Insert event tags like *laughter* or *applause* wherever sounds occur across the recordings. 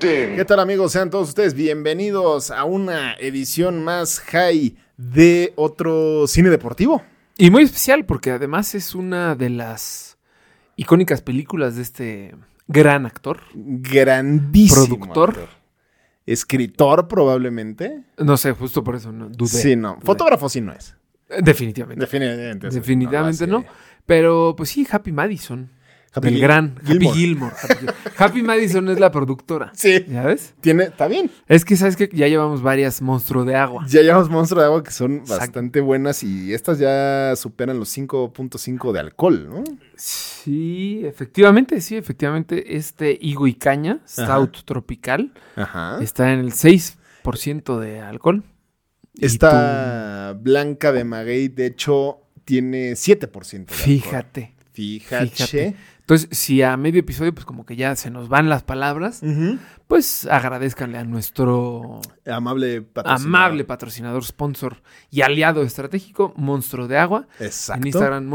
ding. ¿Qué tal amigos? Sean todos ustedes bienvenidos a una edición más high de otro cine deportivo. Y muy especial porque además es una de las icónicas películas de este gran actor, Grandísimo. productor. actor. Escritor probablemente. No sé, justo por eso no dudé. Sí, no. Dudé. Fotógrafo sí no es. Definitivamente. Definitivamente. sí, Definitivamente no, no. pero pues sí, Happy Madison. Happy el Gil- gran Gilmore. Happy Gilmore. Happy, *laughs* Gil- Happy Madison es la productora. Sí. ¿Ya ves? Tiene, está bien. Es que sabes que ya llevamos varias monstruo de agua. Ya llevamos Monstruo de Agua que son Exacto. bastante buenas y estas ya superan los 5.5 de alcohol, ¿no? Sí, efectivamente, sí, efectivamente. Este higo y caña, stout tropical, Ajá. está en el 6% de alcohol. Y Esta blanca de maguey, de hecho, tiene 7%. de tú- alcohol. Fíjate. Fíjate. Fíjate. Entonces, si a medio episodio, pues como que ya se nos van las palabras, Ujú. pues agradezcanle a nuestro Amable patrocinador. amable patrocinador, sponsor y aliado estratégico, Monstruo de Agua. Exacto. En Instagram,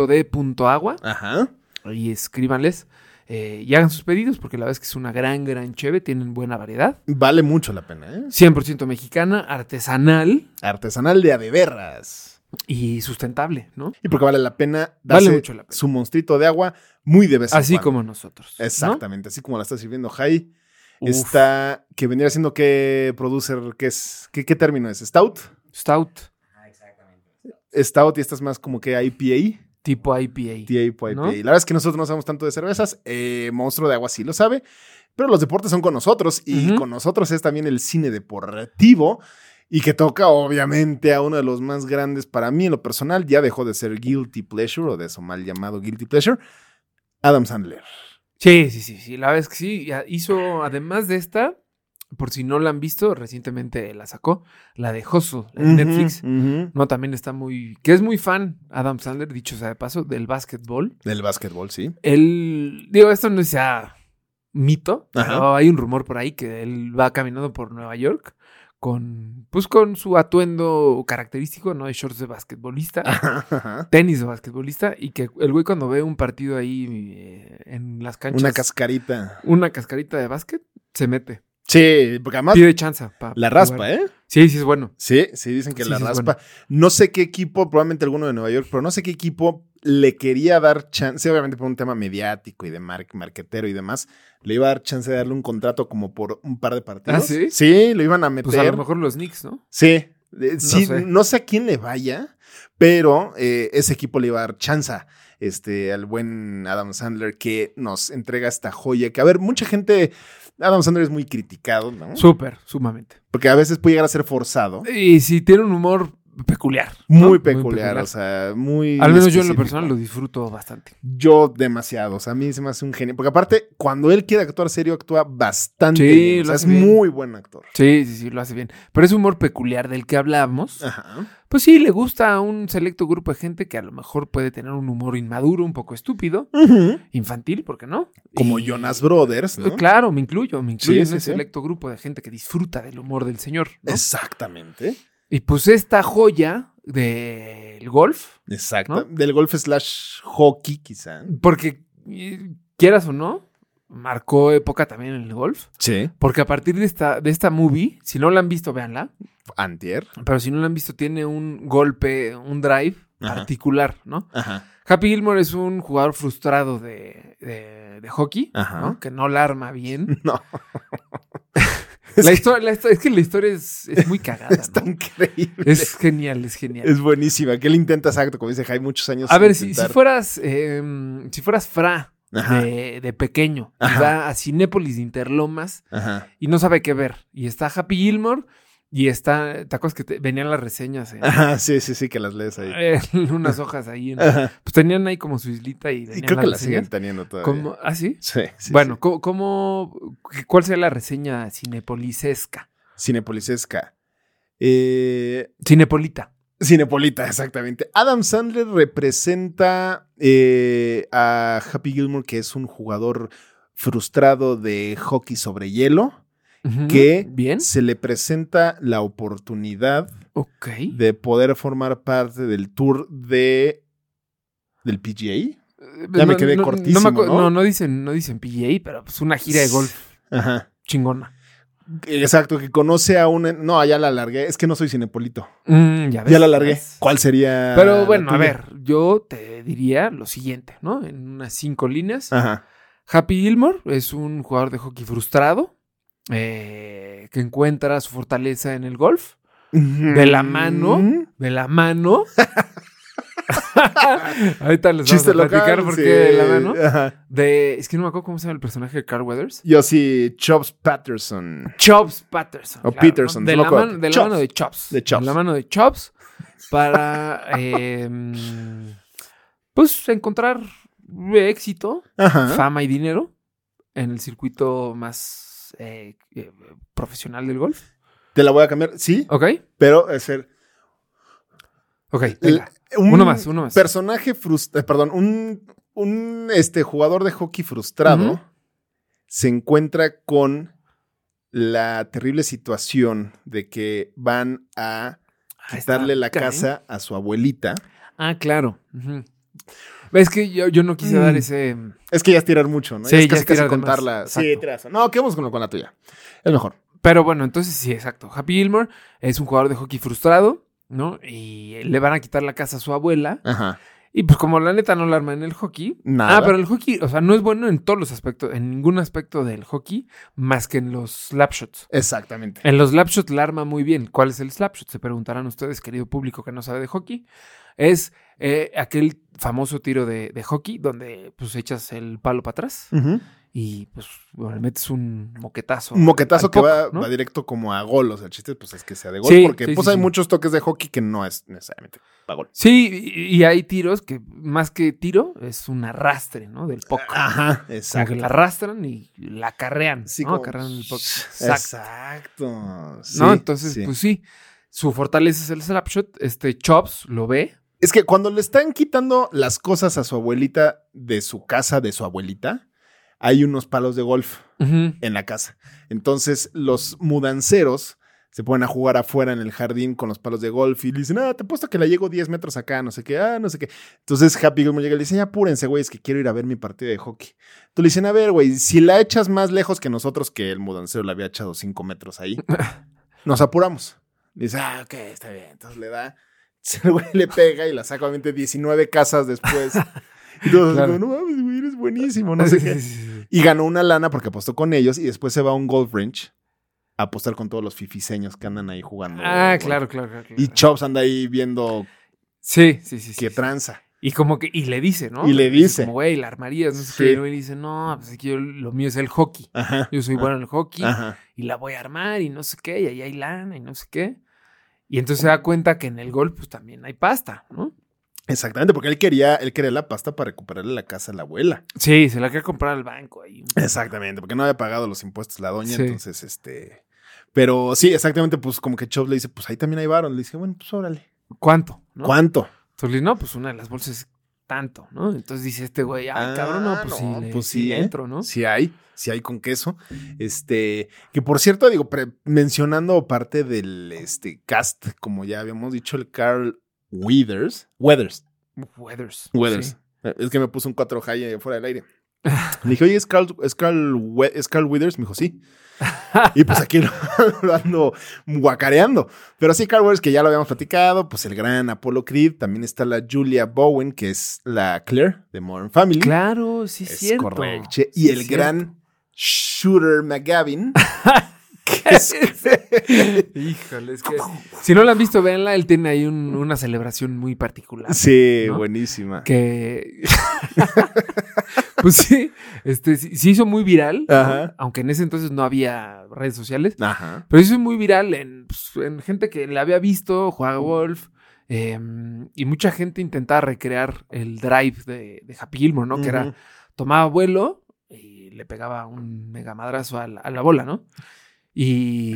monstruo.d.agua. Ajá. Y escríbanles eh, y hagan sus pedidos, porque la verdad es que es una gran, gran cheve, tienen buena variedad. Vale mucho la pena, ¿eh? 100% mexicana, artesanal Artesanal de adeveras. y sustentable, ¿no? Y porque vale la pena Vale darse mucho la pena. su monstruito de agua muy de vez en Así cuando. como nosotros. ¿no? Exactamente, así como la está sirviendo Jai. Uf. Está, que vendría siendo qué producer, qué es, qué, qué término es, stout, Stout, stout y estas más como que IPA, tipo IPA. tipo IPA. ¿No? La verdad es que nosotros no sabemos tanto de cervezas, eh, Monstruo de Agua sí lo sabe, pero los deportes son con nosotros y Ujú. con nosotros es también el cine deportivo y que toca obviamente a uno de los más grandes para mí en lo personal, ya dejó de ser Guilty Pleasure o de eso mal llamado Guilty Pleasure, Adam Sandler. Sí, sí, sí, sí, la verdad es que sí. ya Hizo, además de esta, por si no la han visto, recientemente la sacó, la de Hustle en Netflix. Ujú, ujú. No, también está muy, que es muy fan, Adam Sandler, dicho sea de paso, del básquetbol. Del básquetbol, sí. *laughs* Él, digo, esto no sea mito, Ajá. pero hay un rumor por ahí que él va caminando por Nueva York con, pues con su atuendo característico, ¿no? De shorts de basquetbolista. Ah. Ajá. Tenis de basquetbolista y que el güey cuando ve un partido ahí eh, en las canchas Una cascarita. una cascarita de básquet, se mete. Sí, porque además Pide chanza. pa- Ah. la jugar. raspa, ¿eh? Sí, sí, es bueno. Sí, sí, dicen que Sí, la sí, es raspa. No sé qué equipo, probablemente alguno de Nueva York, pero no sé qué equipo le quería dar chance, obviamente por un tema mediático y de mar marquetero y demás, le iba a dar chance de darle un contrato como por un par de partidos. ¿Ah, sí? Sí, lo iban a meter. Pues a lo mejor los Knicks, ¿no? Sí. Eh, sí, sé. no sé a quién le vaya, pero eh, ese equipo le iba a dar chance este, al buen Adam Sandler que nos entrega esta joya. Que, a ver, mucha gente. Adam Sandler es muy criticado, ¿no? Súper, sumamente. Porque a veces puede llegar a ser forzado. Y sí, tiene un humor peculiar. ¿no? Muy peculiar, o sea, muy. Al menos yo en lo específico. personal lo disfruto bastante. Yo demasiado, o sea, a mí se me hace un genio. Porque aparte, cuando él quiere actuar serio, actúa bastante. Sí, bien, o lo sea, es hace bien. muy buen actor. Sí, sí, sí, lo hace bien. Pero ese humor peculiar del que hablábamos, Ah. Ajá. pues sí, le gusta a un selecto grupo de gente que a lo mejor puede tener un humor inmaduro, un poco estúpido, infantil, ¿por qué no? Como Y- Jonas Brothers, ¿no? Claro, me incluyo, me Sí, incluyo en sí, sí. ese selecto grupo de gente que disfruta del humor del señor. ¿no? Exactamente. Y pues esta joya del golf, Exacto. ¿No? Del golf slash hockey, quizá. porque eh, quieras o no, marcó época también en el golf. Sí. Porque a partir de esta, de esta movie, si no la han visto, véanla. Antier. Pero si no la han visto, tiene un golpe, un drive Ajá. particular, ¿no? Ajá. Happy Gilmore es un jugador frustrado de, de- de hockey, Ajá. ¿no? Que no la arma bien. *laughs* No, *laughs* La historia, la histo- es que la historia es, es *laughs* muy cagada, *laughs* está ¿no? increíble. Es, Es genial, es genial. buenísima. Que él intenta, exacto, como dice Jai, muchos años. A sin ver, si, si intentar. fueras em, si fueras Fra Ajá. de, de pequeño, y Ajá. va a Cinépolis de Interlomas Ajá. y no sabe qué ver. Y está Happy Gilmore y está. ¿Te acuerdas que te- venían las reseñas en, Ajá, sí, sí, sí, que las lees ahí. *laughs* en unas hojas ahí? en- Ajá. pues tenían ahí como su islita y Y venían creo las que la reseñas. siguen teniendo todavía. Como- ¿Ah, sí? Sí, sí, bueno, sí. ¿cómo, cómo- cuál sería la reseña cinepolisesca? Cinepolisesca. Eh, Cinepolita. Cinepolita, *laughs* exactamente. Adam Sandler representa eh, a Happy Gilmore, que es un jugador frustrado de hockey sobre hielo, Ujú. que Bien. se le presenta la oportunidad Ok. de poder formar parte del tour de del PGA. Ya me quedé cortísimo, acu- ¿no? No, no dicen, no dicen PGA, pero pues una gira de golf Ajá. chingona. Exacto, que conoce a un... No, ya la alargué. Es que no soy cinepolito. Mm, ya, ves, Ya la Ah, alargué. ves. ¿Cuál sería? la Pero bueno, a tuya? ver, yo te diría lo siguiente, ¿no? En unas cinco líneas. Ajá. Happy Gilmore es un jugador de hockey frustrado eh, que encuentra su fortaleza en el golf, De la mano. de *laughs* la mano. Ahorita les Chiste vamos a platicar local. por sí. qué de la mano. Ajá. De, es que no me acuerdo cómo se llama el personaje de Carl Weathers. Yo sí, Chops Patterson. Chops Patterson. O claro, Peterson, ¿no? De, no la, me acuerdo. mano, de la Chops. mano de Chops. De Chops. la mano de Chops para, *laughs* eh, mm, pues, encontrar éxito, Ajá. fama y dinero en el circuito más eh, eh, profesional del golf. Te la voy a cambiar, sí, ¿Ok? pero es ser Ok, Eh, venga. Uno más, uno más. Personaje frustrado, perdón, un, un este, jugador de hockey frustrado Ujú. se encuentra con la terrible situación de que van a Ah, está quitarle la cañón. casa a su abuelita. Ah, claro. Ujú. Es que yo, yo no quise Mm. dar ese... Es que ya es tirar mucho, ¿no? Sí, es ya casi, es tirar casi de más. contarla. Sí, Exacto. tiras. No, quedamos con, con la tuya. Es mejor. Pero bueno, entonces sí, exacto. Happy Gilmore es un jugador de hockey frustrado, ¿no? Y le van a quitar la casa a su abuela. Ajá. Y pues como la neta no la arma en el hockey. Nada. Ah, pero el hockey, o sea, no es bueno en todos los aspectos, en ningún aspecto del hockey, más que en los slapshots. Exactamente. En los slapshots la arma muy bien. ¿Cuál es el slapshot? Se preguntarán ustedes, querido público que no sabe de hockey. Es eh, aquel famoso tiro de, de hockey donde pues echas el palo para atrás Ujú. y pues bueno, le metes un moquetazo. Un moquetazo al que puck, va, ¿no? va directo como a gol. O sea, el chiste pues, es que sea de gol. Sí, porque sí, pues, sí, hay sí. muchos toques de hockey que no es necesariamente para gol. Sí, y y hay tiros que más que tiro es un arrastre, ¿no? Del puck. Ajá, Como que exacto. la arrastran y la acarrean, Sí, ¿no? como- Acarrean el puck. Exacto. Exacto. Sí, ¿No? Entonces, sí. pues sí. Su fortaleza es el slapshot. Este Chops lo ve. Es que cuando le están quitando las cosas a su abuelita de su casa, de su abuelita, hay unos palos de golf en la casa. Entonces, los mudanceros se ponen a jugar afuera en el jardín con los palos de golf y le dicen, ah, te apuesto que la llego 10 metros acá, no sé qué, ah, no sé qué. Entonces, Happy Gilmore llega y le dice, ya apúrense, güey, es que quiero ir a ver mi partido de hockey. Tú le dicen, a ver, güey, si la echas más lejos que nosotros, que el mudancero la había echado 5 metros ahí, nos apuramos. Dice, ah, ok, está bien. Entonces le da, *laughs* el güey le pega y la saca obviamente 19 casas después. Entonces, Claro. no mames, güey, eres buenísimo, no *laughs* sé qué. Y ganó una lana porque apostó con ellos y después se va a un golf range a apostar con todos los fifiseños que andan ahí jugando. Ah, golf. claro, claro, claro. claro. Y Chops anda ahí viendo sí, sí, sí. sí, que sí. tranza. Y como que, y le dice, ¿no? Y le dice. Como, güey, la armarías, no sé Sí. qué. Y luego dice, no, pues es que yo- lo mío es el hockey. Ajá. Yo soy bueno en el hockey. Ajá. y la voy a armar y no sé qué, y ahí hay lana y no sé qué. Y entonces se da cuenta que en el golf pues también hay pasta, ¿no? Exactamente, porque él quería, él quería la pasta para recuperarle la casa a la abuela. Sí, se la quiere comprar al banco ahí. Exactamente, porque no había pagado los impuestos la doña, Sí. entonces este. Pero sí, exactamente, pues como que Chops le dice, pues ahí también hay varón. Le dice, bueno, pues órale. ¿Cuánto? ¿no? ¿Cuánto? Entonces le dice, no, pues una de las bolsas es tanto, ¿no? Entonces dice este güey, ay, Ah, cabrón, no, pues no, sí, le- pues sí sí, le ¿eh? entro, ¿no? Si hay, si hay con queso. Este, que por cierto, digo, pre- mencionando parte del este, cast, como ya habíamos dicho, el Carl Weathers. Weathers. Weathers. Weathers. sí. Eh, Es que me puso un 4 high eh, fuera del *laughs* aire. Le dije, oye, ¿es Carl, es Carl We- es Carl Weathers? Me dijo, sí. Y pues aquí lo, *laughs* lo ando guacareando. Pero sí, Carl Weathers, que ya lo habíamos platicado, pues el gran Apollo Creed. También está la Julia Bowen, que es la Claire de Modern Family. Claro, sí, es Es cierto. correcto. *laughs* che. Y Sí, el es cierto. gran Shooter McGavin. Híjole, es que si no la han visto, véanla, él tiene ahí un- una celebración muy particular. *laughs* sí, ¿No? buenísima. que *laughs* pues sí, este sí- se hizo muy viral, ¿no? Ajá. aunque en ese entonces no había redes sociales, Ajá. pero se hizo muy viral en, pues, en gente que la había visto, jugaba golf, eh, y mucha gente intentaba recrear el drive de, de Happy Gilmore, ¿no? Que era, Ujú. tomaba vuelo y le pegaba un mega madrazo a la, a la bola, ¿no? Y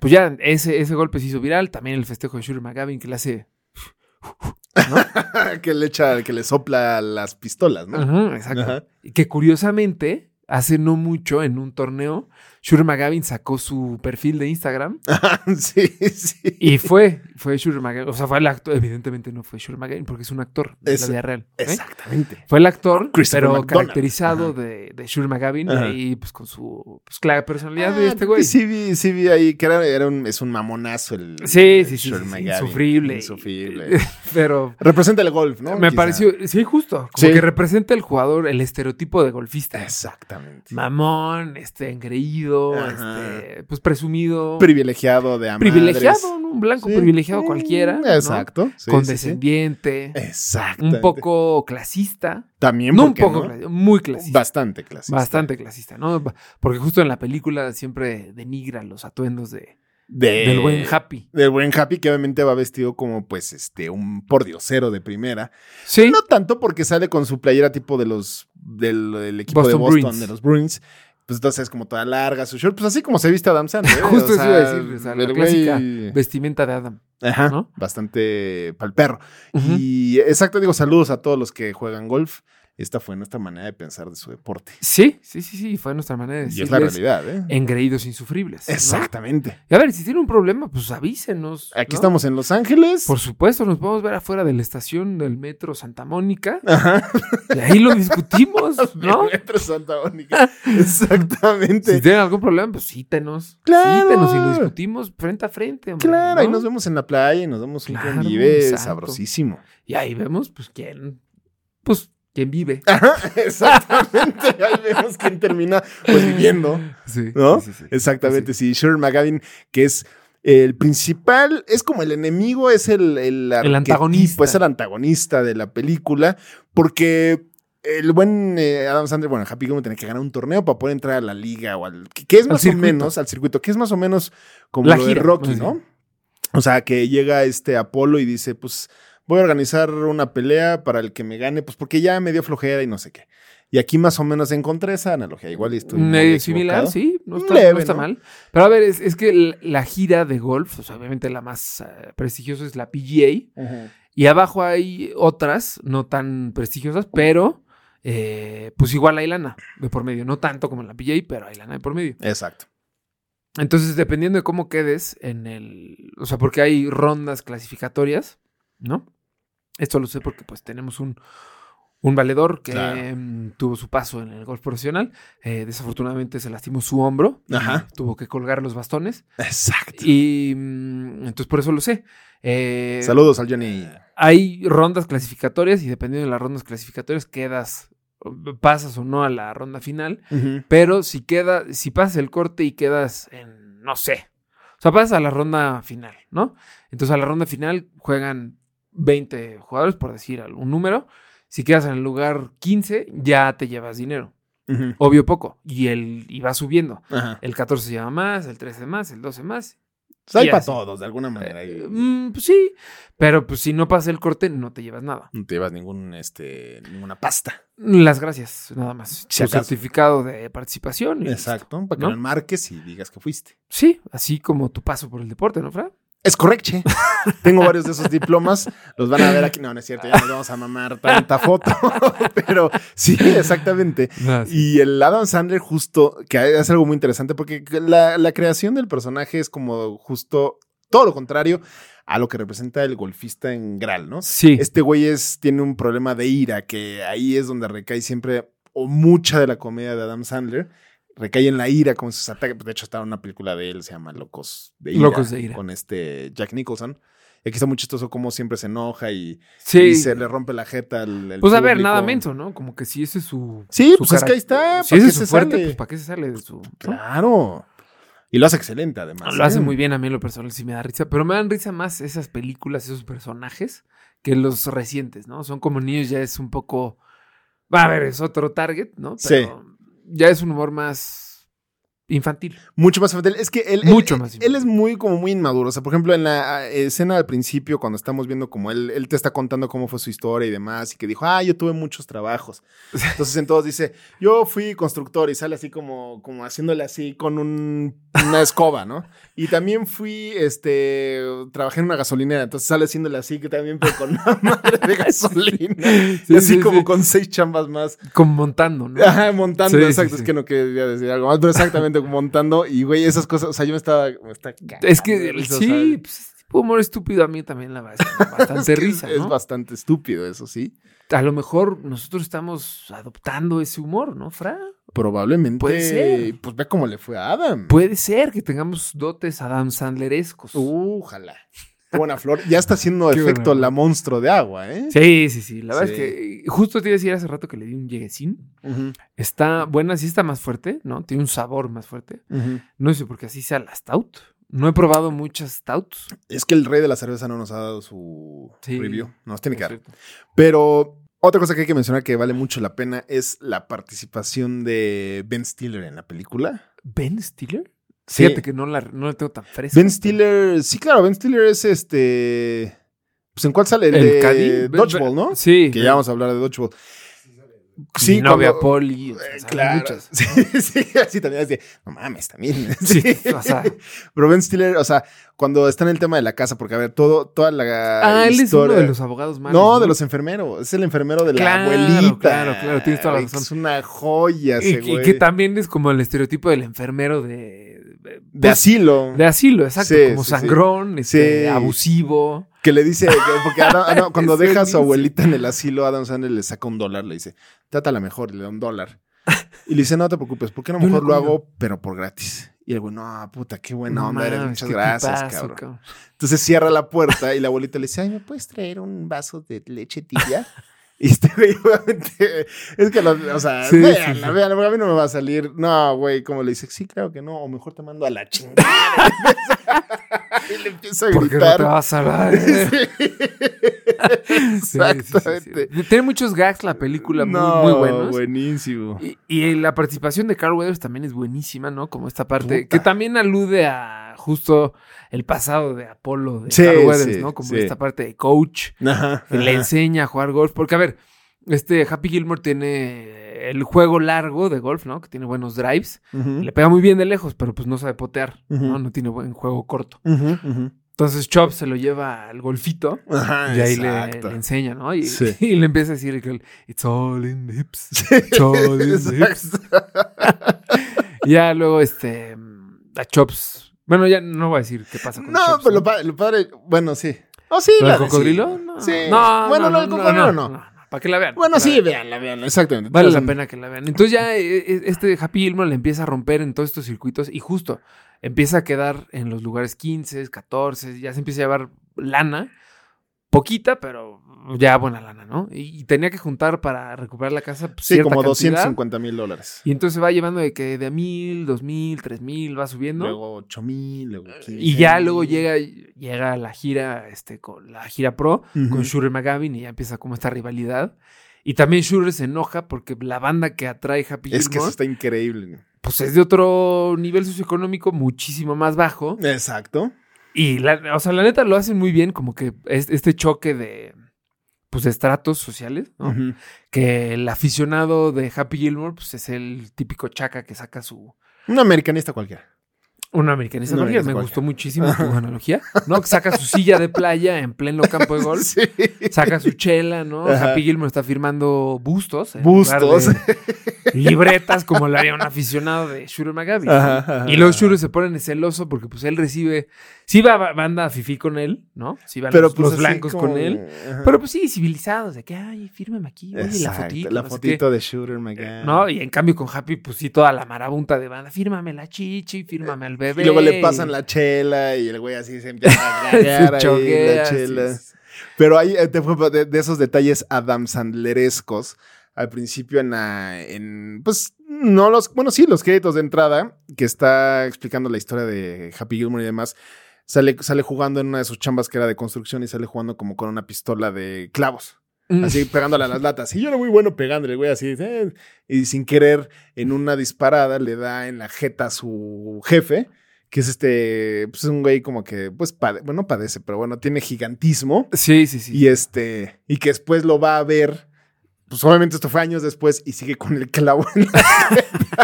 Pues ya ese, ese golpe se hizo viral. También el festejo de Shuri McGavin que le hace. *laughs* que le echa, que le sopla las pistolas, ¿no? Ajá, exacto. Ajá. Y Que curiosamente, hace no mucho en un torneo, Shuri McGavin sacó su perfil de Instagram *laughs* sí, sí. y fue, fue Shuri McGavin. O sea, fue el actor. Evidentemente no fue Shuri McGavin porque es un actor de la Eso, vida real. ¿eh? Exactamente. Fue el actor, Christopher pero McDonald. caracterizado de, de Shuri McGavin Ajá. y pues con su pues, clara personalidad de Ah, este güey. Sí vi, sí vi ahí que era, era un, es un mamonazo el. Sí, el sí, sí, Short sí, sí, McGavin. insufrible. Insufrible. *laughs* Pero Representa el golf, ¿no? me Quizá. pareció, sí, justo, como Sí. que representa el jugador, el estereotipo de golfista. Exactamente. Mamón, este, engreído, Ajá. este, pues presumido, privilegiado de amadres. privilegiado, ¿no? un blanco Sí. privilegiado Mm, cualquiera, ¿no? Exacto. sí, condescendiente, sí, sí. Exacto. un poco clasista, También no un ¿por qué poco, clasista, muy clasista. Bastante clasista. Bastante clasista, ¿no? Ba- Porque justo en la película siempre denigra los atuendos de, De- del buen Happy. Del buen Happy, que obviamente va vestido como, pues, este, un pordiosero de primera. Sí, No tanto porque sale con su playera tipo de los del, del equipo de Boston Boston, Bruins. de los Bruins. Pues entonces es como toda larga, su short, pues así como se viste Adam Sandler. ¿eh? *laughs* justo O eso sea, iba a decir, o sea, la el clásica güey- vestimenta de Adam. Ajá, ¿no? bastante pal perro. Ujú. Y exacto, digo, saludos a todos los que juegan golf. Esta fue nuestra manera de pensar de su deporte. Sí, sí, sí, sí, fue nuestra manera de Y es la decirles realidad, ¿eh? engreídos insufribles. ¿no? Exactamente. Y a ver, si tiene un problema, pues avísenos. Aquí ¿no? estamos en Los Ángeles. Por supuesto, nos podemos ver afuera de la estación del metro Santa Mónica Ajá. y ahí lo *laughs* discutimos, ¿no? Metro Santa Mónica. *laughs* Exactamente. Si tienen algún problema, pues cítenos. Claro. Cítenos y lo discutimos frente a frente, hombre, Claro, ¿no? ahí nos vemos en la playa y nos damos un Claro, candive exacto. sabrosísimo. *laughs* Y ahí vemos, pues, quién, pues, quién vive. Ah, Exactamente, ahí vemos quién termina pues viviendo, Sí, ¿no? sí, sí, sí. Exactamente, sí. Shirley McGavin, que es el principal, es como el enemigo, es el, el, arquetipo, antagonista. es el antagonista de la película, porque el buen eh, Adam Sandler, bueno, Happy Gilmore tenía que ganar un torneo para poder entrar a la liga o al, que, que es Al más o circuito. menos, al circuito, que es más o menos como La lo de gira, Rocky, más bien. ¿no? O sea, que llega este Apolo y dice, pues voy a organizar una pelea para el que me gane, pues porque ya me dio flojera y no sé qué. Y aquí más o menos encontré esa analogía. Igual y estoy muy Medio similar, equivocado. sí, no está, Leve, no está ¿no? mal. Pero a ver, es, es que l- la gira de golf, o sea, obviamente la más eh, prestigiosa es la PGA, y abajo hay otras no tan prestigiosas, pero eh, pues igual hay lana de por medio, no tanto como en la PGA, pero hay lana de por medio. Exacto. Entonces, dependiendo de cómo quedes en el, o sea, porque hay rondas clasificatorias, ¿no? Esto lo sé porque pues tenemos un, un valedor que Claro. em, tuvo su paso en el golf profesional, Eh, desafortunadamente se lastimó su hombro, y Ajá. tuvo que colgar los bastones Exacto. y mm, entonces por eso lo sé. Eh, Saludos al Johnny. hay rondas clasificatorias y dependiendo de las rondas clasificatorias quedas, pasas o no a la ronda final. Pero si queda, si pasas el corte y quedas en, no sé. O sea, pasas a la ronda final, ¿no? Entonces a la ronda final juegan 20 jugadores, por decir algún número. Si quedas en el lugar 15, ya te llevas dinero. Ujú. Obvio poco. Y, el, y va subiendo. Ajá. El 14 se lleva más, el 13 más, el 12 más. Pues hay Y para así. todos, de alguna manera. Eh, y mm, pues sí. Pero pues si no pasas el corte, no te llevas nada. No te llevas ningún, este, ninguna pasta. Las gracias, nada más. Si Tu acaso. certificado de participación. y listo. Exacto. Para que ¿No? lo enmarques y digas que fuiste. Sí, así como tu paso por el deporte, ¿no, Fran? Es correcto. *laughs* che. Tengo varios de esos diplomas. Los van a ver aquí. No, no es cierto. Ya nos vamos a mamar tanta foto. *laughs* Pero sí, exactamente. Y el Adam Sandler justo, que es algo muy interesante, porque la, la creación del personaje es como justo todo lo contrario a lo que representa el golfista en Gral, ¿no? Sí. Este güey es, tiene un problema de ira, que ahí es donde recae siempre, o mucha de la comedia de Adam Sandler, recae en la ira con sus ataques. De hecho, está una película de él, se llama Locos de Ira. Locos de Ira. Con este Jack Nicholson. Y aquí está muy chistoso cómo siempre se enoja y, y sí. se le rompe la jeta al... al pues a ver, público. nada menso, ¿no? Como que si ese es su. Sí, su pues es que ahí está. Si ¿para ese qué es su se fuerte, sale? pues ¿para qué se sale de su.? no? Claro. Y lo hace excelente, además. Lo hace ¿eh? muy bien a mí en lo personal, sí me da risa. Pero me dan risa más esas películas, esos personajes, que los recientes, ¿no? Son como niños, ya es un poco. Va a ver, es otro target, ¿no? Pero ya es un humor más infantil. Mucho más infantil. Es que él, él- Mucho él- más infantil. él es muy, como muy inmaduro. O sea, por ejemplo, en la eh, escena al principio, cuando estamos viendo como él, él te está contando cómo fue su historia y demás, y que dijo, ah, yo tuve muchos trabajos. Entonces, en todos dice, yo fui constructor y sale así como, como haciéndole así con un- una escoba, ¿no? Y también fui, este, trabajé en una gasolinera. Entonces sale haciéndole así, que también fue con una *laughs* madre de gasolina. Sí, y así sí, como sí. con seis chambas más. Como montando, *laughs* ¿no? Ajá, montando, Sí, exacto. sí, sí. Es que no quería decir algo más, pero exactamente montando. Y, güey, esas cosas, o sea, yo me estaba. me estaba cagando Es de que risa, o sea, sí, pues, ese tipo de humor estúpido a mí también la verdad es que *laughs* es me da bastante que risa. Es, es ¿no? bastante estúpido, eso sí. A lo mejor nosotros estamos adoptando ese humor, ¿no, Fra? Probablemente. Puede ser. Pues, Pues ve cómo le fue a Adam. Puede ser que tengamos dotes Adam Sandlerescos. Uh, ojalá. Qué buena flor. Ya está haciendo *laughs* Qué efecto buena. la monstruo de agua, ¿eh? Sí, sí, sí. La Sí. verdad es que eh, justo te iba a decir hace rato que le di un lleguecín. Ujú, Está buena, sí está más fuerte, ¿no? Tiene un sabor más fuerte. ujú. No sé por qué así sea la stout. No he probado muchas stouts. Es que el rey de la cerveza no nos ha dado su Sí. review. Nos tiene por que dar. cierto. Pero otra cosa que hay que mencionar que vale mucho la pena es la participación de Ben Stiller en la película. ¿Ben Stiller? Sí. Fíjate que no la, no la tengo tan fresca. Ben Stiller, sí, claro, Ben Stiller es este. Pues en cuál sale el, ¿El de Caddy? Dodgeball, ¿no? Sí. Que ya vamos a hablar de Dodgeball. Sí, novia cuando- Poli. o sea, Eh, saben Claro. muchas. Sí, *laughs* sí, así también. Así, no mames, también. *laughs* Sí, Sí. o sea, Pero Ben Stiller, o sea, cuando está en el tema de la casa, porque a ver, todo, toda la. ah, él es uno historia- de los abogados malos. no, de los enfermeros. Es el enfermero de la Claro, abuelita. claro, claro, tienes toda la Güey, que razón. Es una joya Y, ese y güey. que también es como el estereotipo del enfermero de. De, pues, De asilo. de asilo, exacto. Sí, sí, como sí. sangrón, este, Sí, abusivo. Que le dice, que- porque Adam- *laughs* Adam- cuando Es deja a su buenísimo. abuelita en el asilo, Adam Sandler le saca un dólar, le dice, trátala mejor, y le da un dólar. Y le dice, no te preocupes, porque a lo Yo mejor lo lo cuido". hago, pero por gratis. Y el güey, no, puta, qué buena No onda eres, mames, muchas qué gracias, tipazo, cabrón. Entonces cierra la puerta y la abuelita le dice, ay, ¿me puedes traer un vaso de leche tibia? Y este güey, *laughs* obviamente, es que, lo- o sea, Sí, sí, véanla, sí. véanla, porque a mí no me va a salir. No, güey, como le dice, sí, claro que no, o mejor te mando a la chingada. *laughs* y le empieza a Porque no gritar. te vas a *laughs* ¿eh? dar. Sí, sí, sí, sí. Exactamente. Tiene muchos gags la película, muy, muy buenos. Buenísimo. Y, y la participación de Carl Weathers también es buenísima, ¿no? Como esta parte Puta. que también alude a justo el pasado de Apolo de Sí, Carl Weathers, sí, ¿no? Como sí. esta parte de coach Ajá, que le ajá. enseña a jugar golf. Porque, a ver, este Happy Gilmore tiene el juego largo de golf, ¿no? Que tiene buenos drives. Ujú, Le pega muy bien de lejos, pero pues no sabe potear, ¿no? Ujú. No tiene buen juego corto. ujú, ujú. Entonces Chop se lo lleva al golfito. Ajá, Y ahí le, exacto. le enseña, ¿no? Y, Sí. *laughs* y le empieza a decir que el, It's all in the hips. It's all *laughs* in the hips. Exacto. Ya luego, este. A Chops. Bueno, ya no voy a decir qué pasa con No, Chops, pero lo, pa- lo padre, bueno, sí. Oh, sí, ¿Lo la del de- cocodrilo? Sí. No. Sí. No, bueno, no, lo del cocodrilo no. Para que la vean. Bueno, para que la sí, vean. véanla, véanla, exactamente. Vale la Entonces, pena que la vean. Entonces ya eh, eh, este Happy Gilmore le empieza a romper en todos estos circuitos y justo empieza a quedar en los lugares 15, 14, ya se empieza a llevar lana, poquita, pero ya buena lana, ¿no? Y, y tenía que juntar para recuperar la casa. pues, Sí, cierta como cantidad, 250 mil dólares. Y entonces va llevando de que de a mil, dos mil, tres mil, va subiendo. Luego 8 mil, luego 15 y ya mil. luego llega, llega a la gira, este, con la gira pro, Ujú. con Shure McGavin, y ya empieza como esta rivalidad. Y también Shure se enoja porque la banda que atrae Happy Es que eso Gilmore, está increíble. pues es de otro nivel socioeconómico muchísimo más bajo. Exacto. Y, la, o sea, la neta lo hacen muy bien, como que es- este choque de, pues, de estratos sociales, ¿no? Ujú. Que el aficionado de Happy Gilmore, pues, es el típico chaca que saca su... Un americanista cualquiera. Un americanista Un cualquiera, americanista me cualquiera. gustó muchísimo tu analogía, ¿no? Que saca su silla de playa en pleno campo de golf. *laughs* Sí. saca su chela, ¿no? Ajá. Happy Gilmore está firmando bustos. en Bustos. lugar de Libretas, como lo haría un aficionado de Shooter McGavin. ¿no? Ajá, ajá, y los ajá. Shooter se ponen celoso porque, pues, él recibe. Sí, va ba- banda fifí con él, ¿no? Sí, van Pero los, pues los así blancos como- con él. Ajá. Pero, pues, sí, civilizados, de que, ay, fírmame aquí, oye, la Exacto, fotito. La no sé qué. Eh, fotito de Shooter McGann. ¿No? Y en cambio con Happy, pues sí, toda la marabunta de banda. Fírmame la chichi, fírmame al bebé. Y luego le pasan *laughs* la chela y el güey así se empieza a Se cagar ahí choquea, la sí, chela. sí, sí. Pero hay eh, te- de, de esos detalles Adam Sandlerescos al principio en, la- en pues no los bueno sí los créditos de entrada que está explicando la historia de Happy Gilmore y demás sale sale jugando en una de sus chambas que era de construcción y sale jugando como con una pistola de clavos. Mm. así pegándole a las latas. Y yo era muy bueno pegándole, güey, así. eh, Y sin querer, en una disparada le da en la jeta a su jefe, que es este, pues un güey como que, pues, pade- bueno, no padece, pero bueno, tiene gigantismo. Sí, sí, sí. Y este, y que después lo va a ver. Pues obviamente esto fue años después y sigue con el clavo en la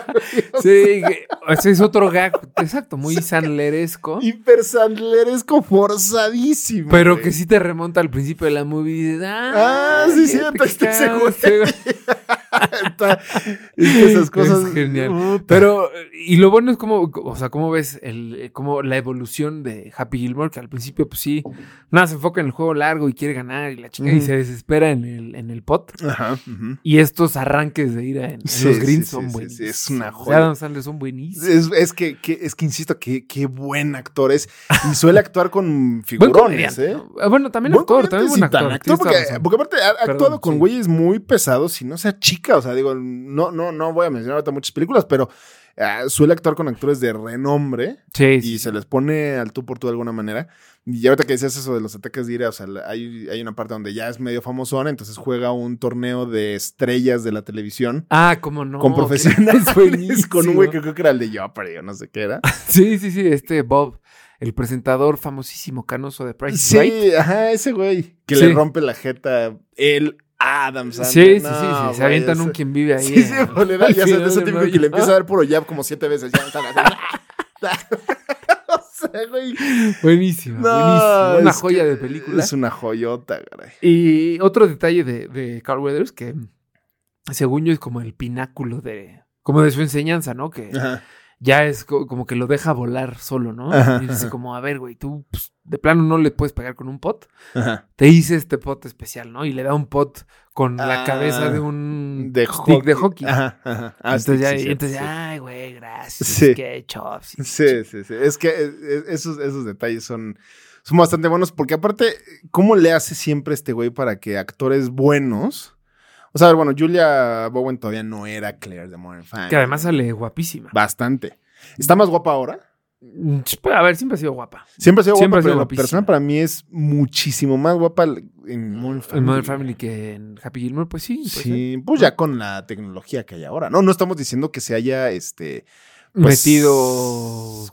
Sí, que- ese es otro gag, *laughs* exacto, muy sanleresco. hipersandleresco forzadísimo. Pero güey. que sí te remonta al principio de la movie y dices, ah, Ah, sí, cierto, que estoy seguro. cago, este güey". *laughs* Está- es que esas cosas. *laughs* Es genial. Puta. Pero, y lo bueno es como, o sea, cómo ves el, como la evolución de Happy Gilmore, que al principio, pues sí, nada, se enfoca en el juego largo y quiere ganar y la chica y Ujú. se desespera en el, en el pot. Ajá, ujú. Y estos arranques de ira en, en Sí, los sí, Greens sí, son sí, sí, buenísimos. es una O sea, joya. Adam Sandler son buenísimos. Es, es que, que- es que insisto, que, qué buen actor es. Y *laughs* suele actuar con Buen figurones, comediante, ¿eh? ¿no? Ah, Bueno, también Buen actor, comediante también buen y tan actor. tienes toda porque, razón. porque aparte ha ha Perdón, actuado con sí. güeyes muy pesados y no sea chica. O sea, digo, no, no, no voy a mencionar ahorita muchas películas, pero ah, suele actuar con actores de renombre. Sí, sí, eh, y se les pone al tú por tú de alguna manera. Y ahorita que decías eso de los ataques de ira, o sea, la- hay, hay una parte donde ya es medio famosón, entonces juega un torneo de estrellas de la televisión Ah, cómo no. con *laughs* que- profesionales, *laughs* es buenísimo. con un güey que creo que era el de yo, pero yo no sé qué era. Sí, sí, sí, este Bob, el presentador famosísimo canoso de Price is Sí, Right. ajá, ese güey que Sí. le rompe la jeta él Adam Sí, Sandler. sí, sí, No, sí, güey, se avientan un ese- quien vive ahí. Sí, sí, eh, boludo, *laughs* al ya sabes, final de ese del típico que rollo. le empieza a dar puro jab como siete veces. Ya, está, está, está. *laughs* o sea, güey, Ah, Buenísimo, No, buenísimo. Una es joya que de película. Es una joyota, güey. Y otro detalle de, de Carl Weathers que, según yo, es como el pináculo de. Como de su enseñanza, ¿no? Que Ajá. ya es co- como que lo deja volar solo, ¿no? Ajá, y dice ajá. como, a ver, güey, tú pues, de plano no le puedes pegar con un pot. Ajá. Te hice este pot especial, ¿no? Y le da un pot con la Ah, cabeza de un De stick hockey. de hockey. Ajá, ajá. Ah, entonces, sí, ya, sí, y sí, entonces, sí. ay, güey, gracias. Sí. Qué chops. Sí, sí, sí. Es que eh, eh, esos, esos detalles son, son bastante buenos porque aparte, ¿cómo le hace siempre este güey para que actores buenos? O sea, a ver, bueno, Julia Bowen todavía no era Claire de Modern Family. Que además sale guapísima. Bastante. ¿Está más guapa ahora? Mm, pues, A ver, siempre ha sido guapa. Siempre ha sido guapa, Siempre ha sido pero la guapísima. persona para mí es muchísimo más guapa en Modern Family. En Modern Family que en Happy Gilmore, pues sí. puede ser. Sí, pues ya con la tecnología que hay ahora. No, no estamos diciendo que se haya este pues, Metido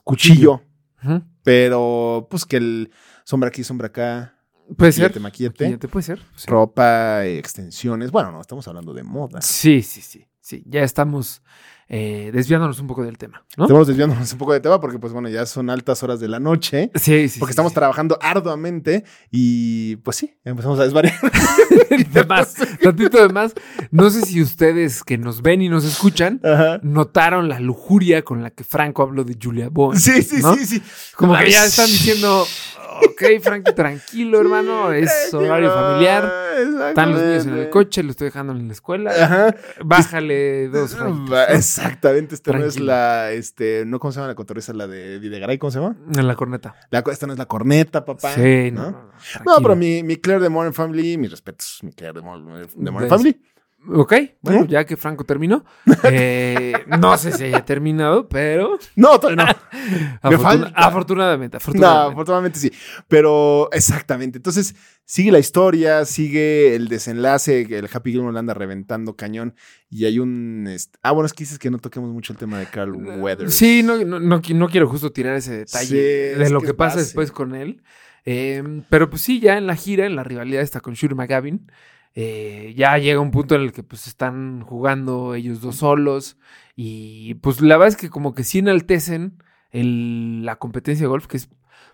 cuchillo. Ujú. Pero, pues que el sombra aquí, sombra acá, Puede maquillete, ser. maquillete, Fíjate, puede ser. Sí. ropa, eh, extensiones. Bueno, no, estamos hablando de moda. sí, sí, sí. sí. Ya estamos eh, desviándonos un poco del tema, ¿no? Estamos desviándonos un poco de tema porque, pues bueno, ya son altas horas de la noche. Sí, sí. Porque sí, estamos sí. trabajando arduamente y pues sí, empezamos a desvariar. *laughs* de más, tantito de más. No sé si ustedes que nos ven y *laughs* nos escuchan Ajá. notaron la lujuria con la que Franco habló de Julia Bowen. Sí, sí, ¿no? sí, sí. Como que ya están diciendo, ok, Franco, tranquilo, hermano, es horario familiar. Están los niños en el coche, lo estoy dejando en la escuela. Ajá. Ah, Bájale dos rayitos, Va- Exactamente, esta no es Tranquilo. la, este, no, ¿cómo se llama la cotorriza? La de Videgaray, ¿cómo se llama? ¿no? en la corneta. La, co- esta no es la corneta, papá. Sí, no. ¿no? no, no, No, pero tranquilo. mi, mi Claire de Modern Family, mis respetos, mi Claire de Modern, eh, de Modern Ves. Family. Ok, bueno, ¿Mm? ya que Franco terminó, *laughs* eh, no sé si haya terminado, pero *laughs* No, *laughs* todavía no. Me afortuna- falta. afortunadamente, No, afortunadamente. afortunadamente sí. Pero exactamente. Entonces, sigue la historia, sigue el desenlace, que el Happy Gilmore la anda reventando cañón. Y hay un. est- Ah, bueno, es que dices que no toquemos mucho el tema de Carl Weathers. Eh, Sí, no, no, no qui- no quiero justo tirar ese detalle Sí, de es lo que que, es pasa base. después con él. Eh, pero pues sí, ya en la gira, en la rivalidad está con Shuri McGavin, eh, ya llega un punto en el que pues están jugando ellos dos solos y pues la verdad es que como que sí enaltecen el- la competencia de golf, que es,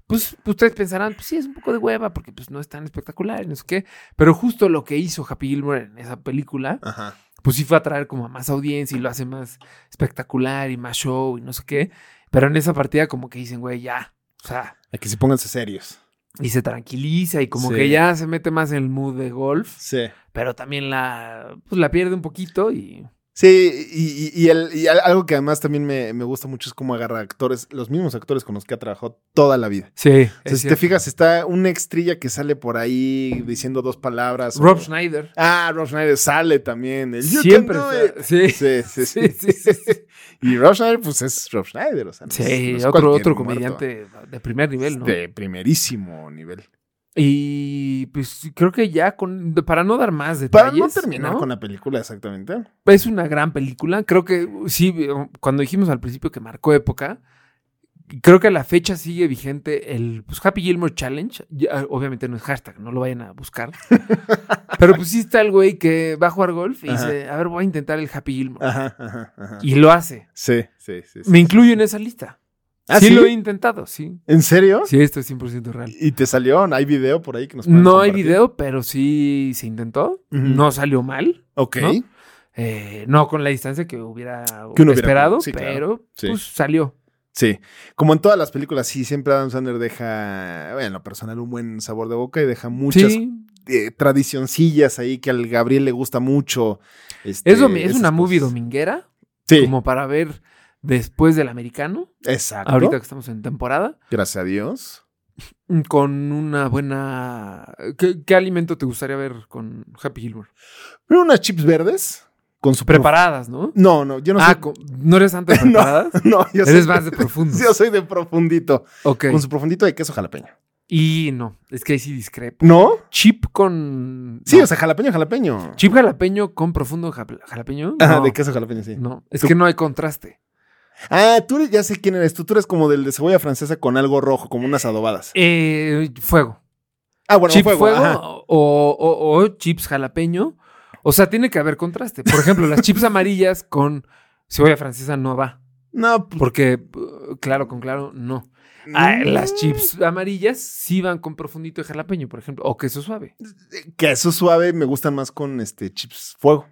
pues ustedes pensarán, pues sí, es un poco de hueva porque pues no es tan espectacular, y no sé qué, pero justo lo que hizo Happy Gilmore en esa película Ajá. pues sí fue a traer como a más audiencia y lo hace más espectacular y más show y no sé qué. Pero en esa partida como que dicen, güey, ya. O sea, A que se pónganse serios. y se tranquiliza y como Sí. que ya se mete más en el mood de golf. Sí. Pero también la, pues, la pierde un poquito y... Sí, y, y- y el- y al- algo que además también me, me gusta mucho es cómo agarra actores, los mismos actores con los que ha trabajado toda la vida. Sí. O sea, si te fijas, está una extrilla que sale por ahí diciendo dos palabras. Rob O- Schneider. Ah, Rob Schneider sale también. El "You Siempre. can do está- it". Sí. *laughs* Sí, sí, sí. Sí, sí, sí, sí. Y Rob Schneider, pues es Rob Schneider. O sea, no es- Sí, no es otro, cualquier otro muerto. comediante de primer nivel, ¿no? De primerísimo nivel. Y pues creo que ya con para no dar más detalles. Para no terminar con la película, exactamente. Es una gran película. Creo que uh, sí, eh, oh, cuando dijimos al principio que marcó época, creo que a la fecha sigue vigente el pues, Happy Gilmore Challenge. Ya, ah, obviamente no es hashtag, no lo vayan a *laughs* buscar. Pero pues sí está el güey que va a jugar golf y Ajá. dice, a ver, voy a intentar el Happy Gilmore. Ajá, ajá, ajá. Y lo hace. Sí, sí, sí. sí. Me incluyo en esa lista. ¿Ah, sí, sí? lo he intentado, sí. ¿En serio? Sí, esto es 100% real. ¿Y te salió? ¿Hay video por ahí que nos puedas No hay compartir? video, pero sí se intentó. Ujú. No salió mal. Ok. ¿no? Eh, no con la distancia que hubiera, Que uno hubiera- esperado, sí, claro. pero Sí. pues salió. Sí. Como en todas las películas, sí, siempre Adam Sandler deja, bueno, en lo personal, un buen sabor de boca y deja muchas sí, eh, tradicioncillas ahí que al Gabriel le gusta mucho. este, es, domi- es esas una movie cosas. dominguera, Sí, como para ver después del americano, exacto. ahorita que estamos en temporada, mm, Gracias a Dios. con una buena... ¿Qué, qué alimento te gustaría ver con Happy Gilmore? Pero unas chips verdes con su... Preparadas, ¿no? No, no, yo no ah, soy... con- ¿no eres tanto de *laughs* No, preparadas? No, yo Eres soy- más de profundo. *laughs* Yo soy de profundito. Ok. Con su profundito de queso jalapeño. Y no, es que ahí sí discrepo. ¿No? Chip con... Sí, no. o sea, jalapeño, jalapeño. Chip jalapeño con profundo jap- jalapeño. Ajá, no, de queso jalapeño, sí. no, es Tú- que no hay contraste. Ah, tú eres- ya sé quién eres. Tú, tú eres como del de cebolla francesa con algo rojo, como unas adobadas. Eh, fuego. Ah, bueno, chip fuego. fuego, ajá. o, o- o chips jalapeño. O sea, tiene que haber contraste. Por ejemplo, las chips amarillas con cebolla francesa no va. No, pues, Porque uh, claro con claro no. Ah, Mm. las chips amarillas sí van con profundito de jalapeño, por ejemplo, o queso suave. queso suave me gustan más con este chips fuego.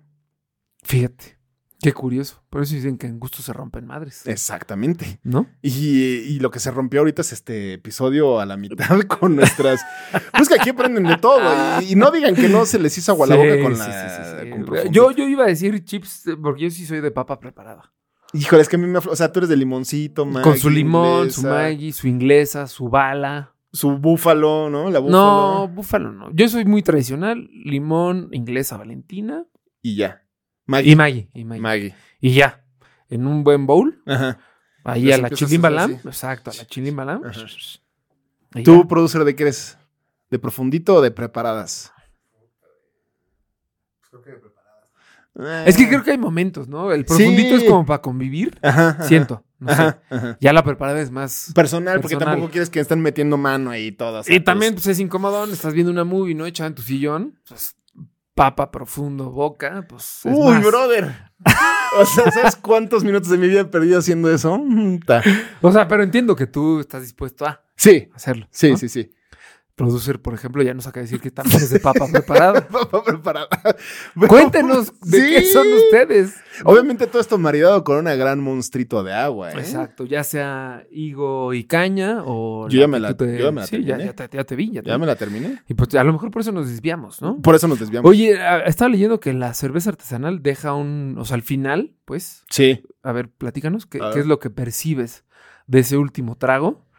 Fíjate, qué curioso. Por eso dicen que en gusto se rompen madres, Exactamente. ¿no? Y, y lo que se rompió ahorita es este episodio a la mitad *laughs* con nuestras. Pues que aquí aprenden de todo. Y, y no digan que no se les hizo agua la boca Sí, con sí, la. sí, sí, sí. con profundito. Yo, yo iba a decir chips eh, porque yo sí soy de papa preparada. Híjole, es que a mí me. aflo- O sea, tú eres de limoncito, Maggi, con su limón, su inglesa, Maggi, su inglesa, su bala. Su búfalo, ¿no? La búfalo. No, búfalo no. Yo soy muy tradicional. Limón, inglesa, valentina. Ah, Y ya. Maggi. Y Maggi. Y, Maggi. Maggi. y ya. En un buen bowl. Ajá. Ahí Los a la empiezas a chilimbalam. hacer así. Exacto, a la chilimbalam. Ajá. Y ¿Tú, ya. producer, de qué eres? ¿De profundito o de preparadas? Creo Es que creo que hay momentos, ¿no? El profundito Sí. es como para convivir. Siento. No sé. Ya la preparada es más. Personal, porque Personal. tampoco quieres que estén metiendo mano ahí todas. Y también pues, es incómodo. Estás viendo una movie, ¿no? Echada en tu sillón. Pues, papa profundo, boca. Pues. es Uy, más. brother. *laughs* O sea, ¿sabes cuántos minutos de mi vida he perdido haciendo eso? Mm, ta. O sea, pero entiendo que tú estás dispuesto a Sí, hacerlo. sí, ¿no? sí, sí. *laughs* Producer, por ejemplo, ya nos acaba de decir que también es de papa *laughs* preparada. Papá preparada. Pero- *laughs* Cuéntenos *laughs* de Sí. ¿Eh? qué son ustedes. Obviamente todo esto maridado con una gran monstruito de agua, ¿eh? Exacto, ya sea higo y caña o... Yo ya me la- que tú te- yo ya me la Sí, ya, terminé. ya te, ya te vi. Ya te Ya vi. me la Pues, terminé. Y pues a lo mejor por eso nos desviamos, ¿no? Por eso nos desviamos. Oye, a- estaba leyendo que la cerveza artesanal deja un... O sea, al final, pues... Sí. A ver, platícanos, ¿qué, A ver. qué es lo que percibes de ese último trago?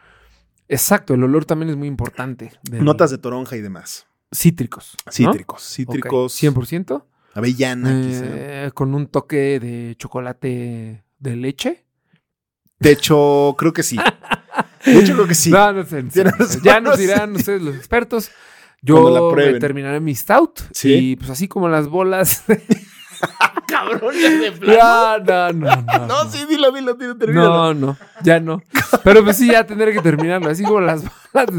Exacto, el olor también es muy importante. del- Notas de toronja y demás. Cítricos. ¿no? Cítricos, Ok, cítricos. 100%. Avellana, quizá. eh, con un toque de chocolate de leche. De hecho, creo que sí. De hecho, creo que sí. *laughs* No, no sé, no sé, Tienen no sé. razón, Ya nos no sé. dirán ustedes los expertos. *laughs* Cuando la Yo me prueben. terminaré mi stout Sí. y pues así como las bolas. *laughs* Cabrón, ya de no, no, no, *laughs* no. No, sí, dilo, dilo, dilo, termínalo. No, no, ya no. Pero pues sí, ya tendré que terminarlo. Así como las bolas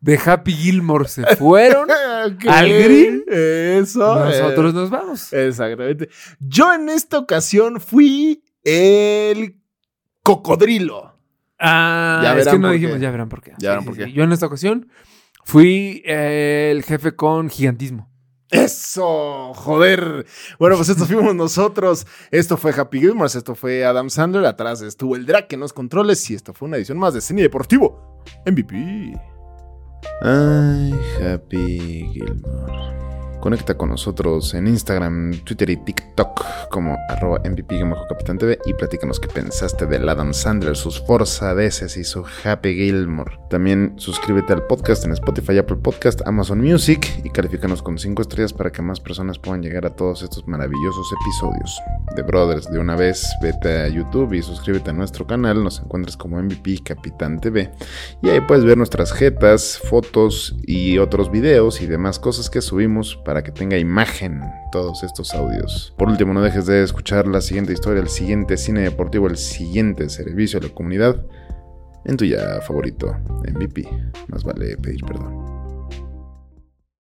de Happy Gilmore se fueron, *laughs* Ok. ¿Al grill? Eso. nosotros nos vamos. eh, Exactamente. Yo en esta ocasión fui el cocodrilo. Ah, Ya es verán que no por dijimos, qué. ya verán por qué. Ya verán por qué. Yo en esta ocasión fui eh, el jefe con gigantismo. Eso, joder. Bueno, pues esto fuimos nosotros. Esto fue Happy Gilmore, esto fue Adam Sandler. Atrás estuvo el Drake que nos controles. Y esto fue una edición más de Cine Deportivo MVP. Ay, Happy Gilmore. Conecta con nosotros en Instagram, Twitter y TikTok como arroba mvp-capitantv y platícanos qué pensaste del Adam Sandler, sus forzadeces y su Happy Gilmore. También suscríbete al podcast en Spotify, Apple Podcast, Amazon Music y califícanos con 5 estrellas para que más personas puedan llegar a todos estos maravillosos episodios. The Brothers, de una vez, vete a YouTube y suscríbete a nuestro canal, nos encuentras como MVP Capitán TV y ahí puedes ver nuestras jetas, fotos y otros videos y demás cosas que subimos para que tenga imagen todos estos audios. Por último, no dejes de escuchar la siguiente historia, el siguiente cine deportivo, el siguiente servicio a la comunidad en tu ya favorito, MVP. Más vale pedir perdón.